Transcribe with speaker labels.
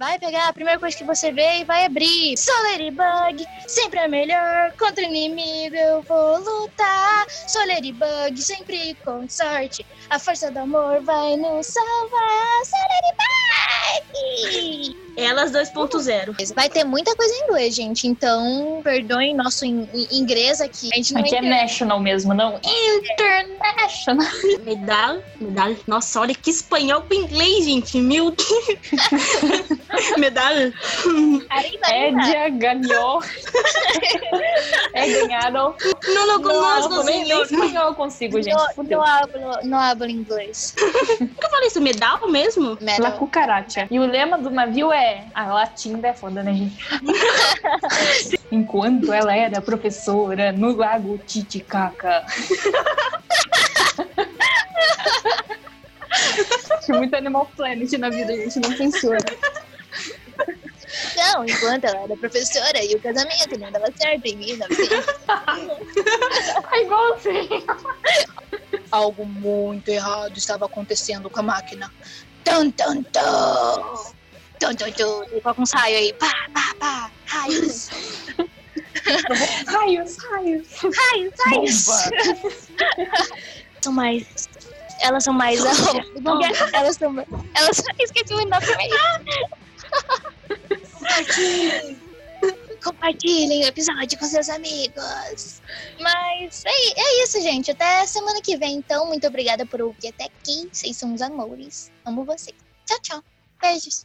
Speaker 1: Vai pegar a primeira coisa que você vê e vai abrir. Sou Ladybug, sempre a melhor. Contra o inimigo eu vou lutar. Sou Ladybug, sempre com sorte. A força do amor vai nos salvar. Sou Ladybug!
Speaker 2: Elas 2.0.
Speaker 1: Vai ter muita coisa em inglês, gente. Então, perdoem nosso in- in- inglês aqui. A gente não
Speaker 3: Aqui é
Speaker 1: entende.
Speaker 3: national mesmo, não? International.
Speaker 2: Medal, medal. Nossa, olha que espanhol com inglês, gente. Meu Deus. medal.
Speaker 1: Ainda,
Speaker 3: É
Speaker 1: ainda.
Speaker 3: dia ganhou. é ganhado.
Speaker 2: Não, não,
Speaker 3: Nossa,
Speaker 2: conosco,
Speaker 3: nem, nem
Speaker 2: senhor.
Speaker 3: espanhol eu consigo, gente.
Speaker 1: Não-
Speaker 3: Fudeu.
Speaker 1: não hablo, não hablo inglês.
Speaker 2: Como que eu falei isso? Medal mesmo?
Speaker 3: La
Speaker 1: Metal.
Speaker 3: cucaracha. E o lema do navio é. A latinda é foda, né, gente? Enquanto ela era professora no lago Titicaca. Acho muito Animal Planet na vida, gente. Não funciona.
Speaker 1: Não, enquanto ela era professora e o casamento não dava certo em 1900.
Speaker 3: Tá igualzinho.
Speaker 1: Algo muito errado estava acontecendo com a máquina. Tum, tum, tum. Tum, tum, tum. E Coloca um raio aí. Pá, pá, pá. Raios,
Speaker 3: Raios, raios.
Speaker 1: raios, raios. São mais... Elas são mais... Não quer- elas são mais... Elas... Esqueci o nome também. Compartilhem o episódio com seus amigos. Mas é, é isso, gente. Até semana que vem, então. Muito obrigada por ouvir até aqui. Vocês são os amores. Amo vocês. Tchau, tchau. Beijos.